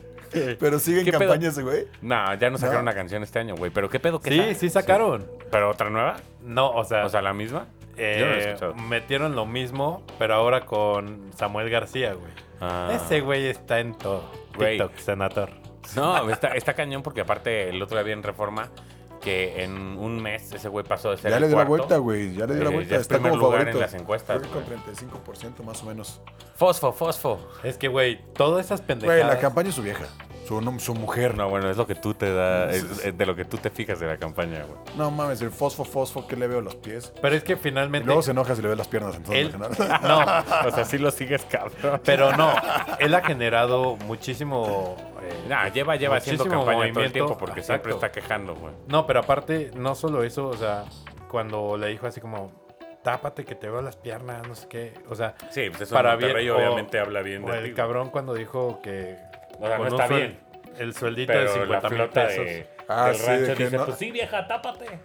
B: Pero sigue en
D: ¿Qué pedo?
B: campaña ese güey.
D: No, ya no sacaron una canción este año, güey. Pero qué pedo que
C: Sí,
D: sa-
C: sí sacaron.
D: ¿Pero otra nueva?
C: No, o sea,
D: O sea, la misma.
C: eh,
D: Yo no la he escuchado.
C: metieron lo mismo, pero ahora con Samuel García, güey.
D: Ah.
C: Ese güey está en todo.
D: Güey.
C: TikTok, senador.
D: No, está, está cañón porque aparte el otro día vi en Reforma que en un mes ese güey pasó de ser
B: Ya
D: el
B: le dio la
D: cuarto,
B: vuelta, güey. Ya le dio la
D: eh,
B: vuelta.
D: ya es
B: Está
D: primer
B: como
D: lugar
B: favorito.
D: en las encuestas,
B: Creo que con 35% más o menos.
D: Fosfo, fosfo.
C: Es que, güey, todas esas
B: Güey,
C: pendejadas.
B: la campaña es su vieja. Su, nom- su mujer. No.
D: No, bueno, es lo que tú te da, es- es de lo que tú te fijas de la campaña, güey.
B: mames, el fosfo, fosfo, que le veo los pies.
C: Pero es que
B: Y
C: finalmente.
B: luego se enoja si le ve las piernas. Entonces,
C: Él-
B: ¿no?
C: no,
D: O sea, sí lo sigues, cabrón.
C: pero no. Él ha generado muchísimo. eh,
D: Nah, lleva, lleva haciendo
C: Muchísimo
D: campaña todo el
C: movimiento.
D: tiempo porque siempre
C: Exacto.
D: está quejando, güey.
C: no, pero aparte, no solo eso, o sea, cuando le dijo así como, tápate que te veo las piernas, no sé qué. O sea,
D: Sí, pues eso
C: Para
D: en Monterrey
C: bien, o-
D: obviamente habla bien
C: o
D: de
C: el
D: ti,
C: cabrón cuando dijo que.
D: O sea, no
C: con un
D: está
C: suel-
D: bien.
C: El sueldito
D: pero
C: de 50
D: la
C: mil
D: flota
C: pesos.
D: de-
B: Ah,
D: del
B: sí,
D: rancho
B: de que
D: dice,
B: no-
D: pues sí, vieja, tápate.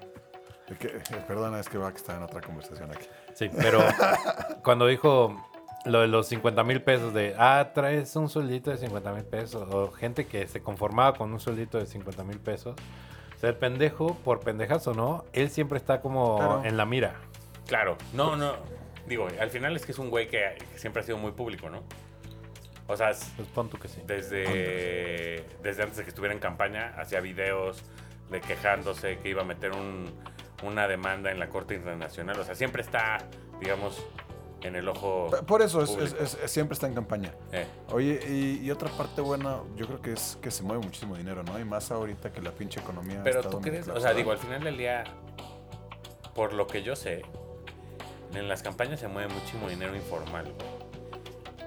B: Es que- eh, perdona, es que va que está en otra conversación aquí.
C: Sí, pero cuando dijo lo de los 50 mil pesos de, ah, traes un sueldito de 50 mil pesos, o gente que se conformaba con un sueldito de 50 mil pesos, o sea, el pendejo, por pendejazo, ¿no? Él siempre está como
B: Claro.
C: en la mira.
D: Claro, no, no. Digo, al final es que es un güey que, que siempre ha sido muy público, ¿no? O sea, es-
C: Pues pon tú que sí.
D: desde, desde antes de que estuviera en campaña, hacía videos de quejándose que iba a meter un- una demanda en la Corte Internacional. O sea, siempre está, digamos, en el ojo.
B: P- Por eso es- es-
D: público.
B: es- es- siempre está en campaña.
D: Eh,
B: Oye, y, y otra parte buena, yo creo que es que se mueve muchísimo dinero, ¿no? Y más ahorita que la pinche economía.
D: Pero
B: está
D: tú
B: donde
D: crees,
B: está.
D: o sea, digo, al final del día, por lo que yo sé, en las campañas se mueve muchísimo dinero informal. güey.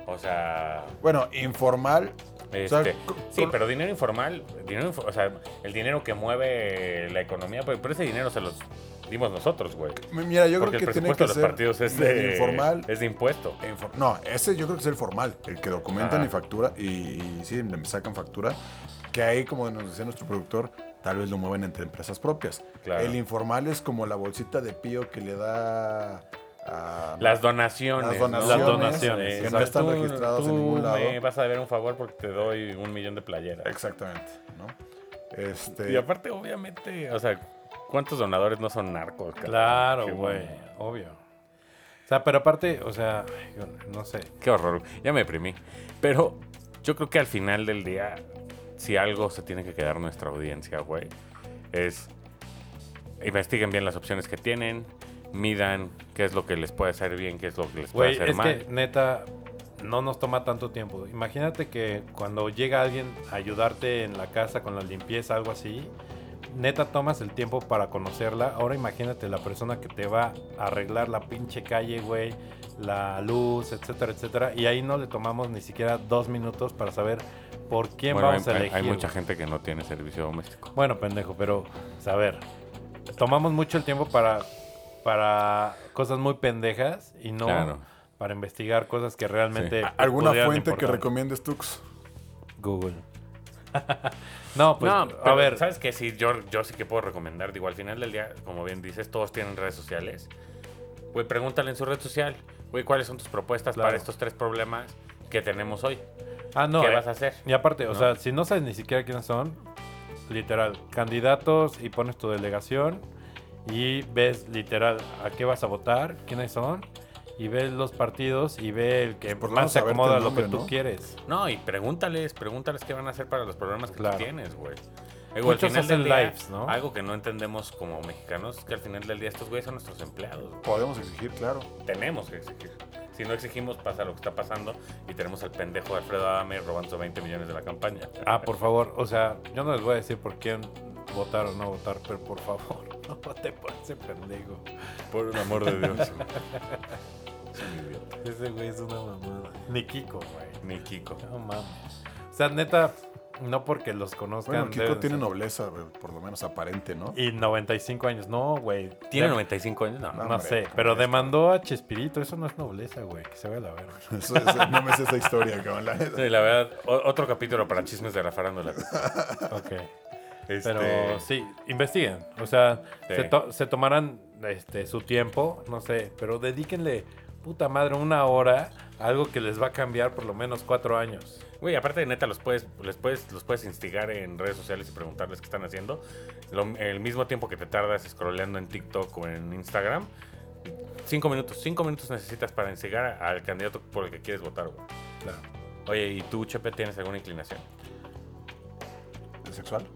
D: O sea,
B: Bueno, informal. o
D: Este,
B: sea, co-
D: sí,
B: con-
D: pero dinero informal, dinero, info- o sea, el dinero que mueve la economía, pues, pero, pero ese dinero se los dimos nosotros, güey.
B: mi- Mira, yo
D: Porque el
B: creo que tiene
D: presupuesto
B: que
D: de los
B: ser
D: partidos es
B: medio
D: de,
B: informal.
D: es de impuesto.
B: e infor- no, ese yo creo que es el formal, el que documentan
D: Ajá.
B: y factura, y, y sí, me sacan factura, que ahí, como nos decía nuestro productor, tal vez lo mueven entre empresas propias.
D: Claro.
B: El informal es como la bolsita de pío que le da a...
D: Las donaciones.
B: Las
D: ¿no?
B: donaciones,
C: Las donaciones,
D: Eh,
B: que no
D: sabes,
B: están
D: tú-
B: registradas en
D: tú
B: ningún lado.
D: Me vas a deber un favor porque te doy un millón de playeras.
B: Exactamente, ¿no? Este,
D: Y aparte, obviamente, o sea, ¿cuántos donadores no son narcos? cabrón? Qué
C: Claro,
D: bueno.
C: güey, obvio. O sea, pero aparte, o sea, ay, yo no sé.
D: Qué horror, ya me deprimí. Pero yo creo que al final del día, si algo se tiene que quedar nuestra audiencia, güey, es investiguen bien las opciones que tienen, midan qué es lo que les puede hacer bien, qué es lo que les puede
C: Güey,
D: hacer
C: es
D: mal.
C: que neta, no nos toma tanto tiempo. Imagínate que cuando llega alguien a ayudarte en la casa con la limpieza, algo así, neta tomas el tiempo para conocerla. Ahora imagínate la persona que te va a arreglar la pinche calle, güey, la luz, etcétera, etcétera. Y ahí no le tomamos ni siquiera dos minutos para saber por quién
D: Bueno,
C: vamos
D: hay,
C: a
D: hay-
C: elegir.
D: hay mucha
C: güey.
D: gente que no tiene servicio doméstico.
C: Bueno, pendejo, pero, o sea, a ver, tomamos mucho el tiempo para, para cosas muy pendejas y no
D: Claro.
C: para investigar cosas que realmente...
B: a- ¿Alguna
C: pudieran
B: fuente que
C: pues, importar.
B: recomiendes, Tux?
C: Google. no, pues,
D: no,
C: a ver,
D: ¿sabes qué? Sí, yo, yo sí que puedo recomendar. Digo, al final del día, como bien dices, todos tienen redes sociales. Güey, pregúntale en su red social, güey, ¿cuáles son tus propuestas
C: Claro.
D: para estos tres problemas que tenemos hoy?
C: ah, no,
D: ¿Qué
C: eh,
D: vas a hacer?
C: y aparte, o
D: No.
C: sea, si no sabes ni siquiera quiénes son, literal, candidatos y pones tu delegación y ves literal a qué vas a votar, quiénes son, y ves los partidos y ve el que
B: Pues, Por lo
C: más
B: menos
C: se
B: saberte
C: acomoda a
B: el
C: lo que
B: nombre,
C: tú
B: ¿no?
C: quieres.
D: No, y pregúntales, pregúntales qué van a hacer para los problemas que tú
C: Claro.
D: tienes, güey. Digo, al
C: Muchos
D: final del
C: hacen
D: día,
C: lives, ¿no?
D: Algo que no entendemos como mexicanos es que al final del día estos güeyes son nuestros empleados. güey.
B: Podemos exigir, claro.
D: Tenemos que exigir. Si no exigimos, pasa lo que está pasando y tenemos al pendejo de Alfredo Adame robando 20 millones de la campaña.
C: Ah, por favor, o sea, yo no les voy a decir por quién votar o no votar, pero por favor, no voten por ese pendejo.
D: por el amor de Dios.
C: Ese güey es una mamada. Ni Kiko, güey.
D: Ni Kiko.
C: No mames. O sea, neta, no porque los conozcan.
B: Bueno, Kiko
C: deben
B: tiene
C: ser-
B: nobleza, güey, por lo menos aparente, ¿no?
C: Y 95 años. No, güey.
D: ¿Tiene
C: De-
D: 95 años? No.
C: No,
B: hombre,
C: sé,
B: ¿cómo
C: pero
B: crees,
C: demandó a Chespirito. Eso no es nobleza, güey. Que se vaya a la verga.
B: Eso es- no me sé esa historia, cabrón. la neta.
D: Sí, la verdad, o- otro capítulo para chismes de la farándula.
C: Ok.
D: Este,
C: Pero sí, investiguen. O sea,
D: Sí.
C: se, to- se tomarán este, su tiempo, no sé, pero dedíquenle, puta madre, una hora a algo que les va a cambiar por lo menos cuatro años.
D: Güey, aparte de neta, los puedes, les puedes, los puedes instigar en redes sociales y preguntarles qué están haciendo. Lo- el mismo tiempo que te tardas scrolleando en TikTok o en Instagram. Cinco minutos, cinco minutos necesitas para instigar a- al candidato por el que quieres votar, güey. Oye, ¿y tú, Chepe, tienes alguna inclinación?
B: ¿Sexual?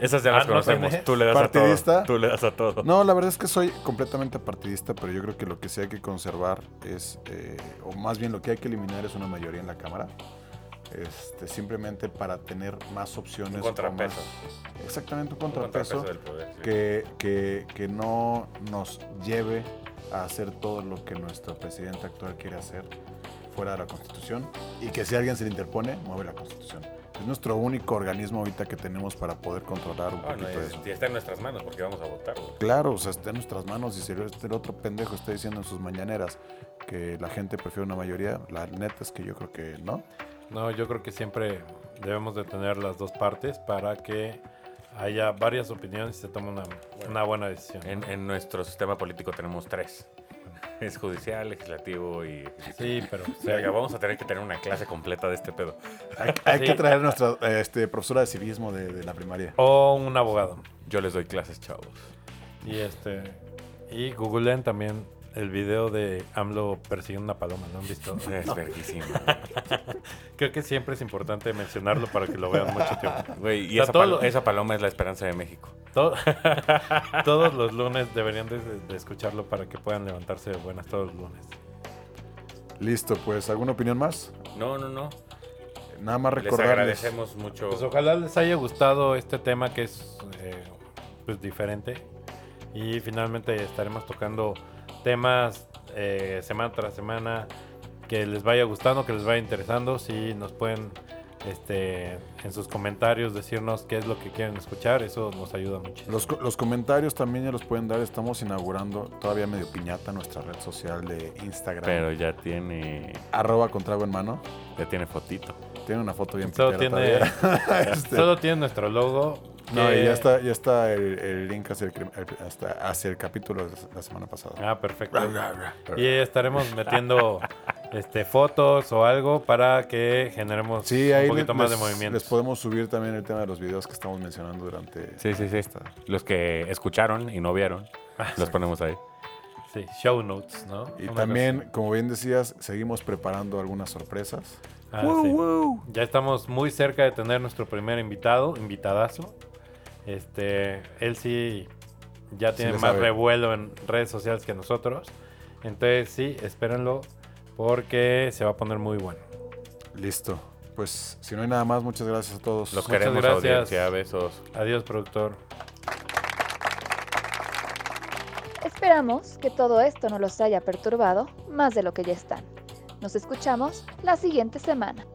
D: Esas ya
C: Ah,
D: las
C: ¿no
D: conocemos.
C: tenés?
D: tú le das a
B: ¿Partidista?
D: todo. Tú le das a todo.
B: No, la verdad es que soy completamente partidista, pero yo creo que lo que sí hay que conservar es, eh, o más bien lo que hay que eliminar es una mayoría en la Cámara. este, simplemente para tener más opciones.
D: Un
B: o
D: contrapeso.
B: más- exactamente, un
D: Un
B: contrapeso,
D: contrapeso del poder, sí.
B: que, que- que no nos lleve a hacer todo lo que nuestro presidente actual quiere hacer fuera de la Constitución y que si alguien se le interpone, mueve la Constitución. Es nuestro único organismo ahorita que tenemos para poder controlar un
D: Ah, no,
B: poquito
D: es-
B: eso.
D: y está en nuestras manos porque vamos a votar. güey.
B: Claro, o sea, está en nuestras manos y si el este otro pendejo está diciendo en sus mañaneras que la gente prefiere una mayoría, la neta es que yo creo que no.
C: No, yo creo que siempre debemos de tener las dos partes para que haya varias opiniones y se tome una, una buena decisión.
D: En, en nuestro sistema político tenemos tres. Es judicial, legislativo y...
C: Sí, pero o sea,
D: Verga, vamos a tener que tener una clase completa de este pedo.
B: Hay, hay
C: Sí.
B: que traer nuestra eh, este, profesora de civismo de, de la primaria.
C: o un abogado.
D: Yo les doy clases, chavos.
C: Y este y googleen también el video de AMLO persiguiendo una paloma, ¿no han visto?
D: Es verguísima, güey.
C: Creo que siempre es importante mencionarlo para que lo vean mucho tiempo.
D: Güey, y
C: O sea,
D: esa,
C: todo
D: pal-
C: lo-
D: esa paloma es la esperanza de México.
C: To- todos los lunes deberían de, de escucharlo para que puedan levantarse de buenas todos los lunes.
B: Listo, pues, ¿alguna opinión más?
D: No, no, no.
B: Nada más
D: Les
B: recordarles.
D: agradecemos mucho.
C: Pues ojalá les haya gustado este tema que es eh, pues diferente. Y finalmente estaremos tocando temas eh, semana tras semana que les vaya gustando, que les vaya interesando. Si nos pueden este, en sus comentarios decirnos qué es lo que quieren escuchar, eso nos ayuda mucho.
B: Los, co- los comentarios también ya los pueden dar. Estamos inaugurando todavía medio piñata nuestra red social de Instagram.
D: Pero ya tiene,
B: Arroba con trago en mano.
D: ya tiene fotito.
B: Tiene una foto bien
C: Solo
B: pitera
C: tiene-
B: todavía. Este,
C: Solo tienen nuestro logo.
B: No,
C: que-
B: y ya está, ya está el, el link hacia el, crim- el- hasta hacia el capítulo de la semana pasada.
C: Ah, perfecto. Y estaremos metiendo este, fotos o algo para que generemos
B: Sí, ahí
C: un poquito
B: le-
C: más de
B: les,
C: movimiento.
B: les podemos subir también el tema de los videos que estamos mencionando durante...
D: Sí, sí, sí. Los que escucharon y no vieron,
C: Ah,
D: los ponemos ahí.
C: Sí, show notes, ¿no?
B: Y
C: Una
B: también, como bien decías, seguimos preparando algunas sorpresas.
C: cosa- Ah, sí. Ya estamos muy cerca de tener nuestro primer invitado, invitadazo. Este, él sí ya
B: Sí
C: tiene
B: le
C: más
B: sabe.
C: revuelo en redes sociales que nosotros. Entonces sí, espérenlo porque se va a poner muy bueno.
B: Listo. Pues, si no hay nada más, muchas gracias a todos.
D: Los
C: Muchas
D: queremos,
C: gracias.
D: audiencia. Besos.
C: Adiós, productor.
A: Esperamos que todo esto no los haya perturbado más de lo que ya están. Nos escuchamos la siguiente semana.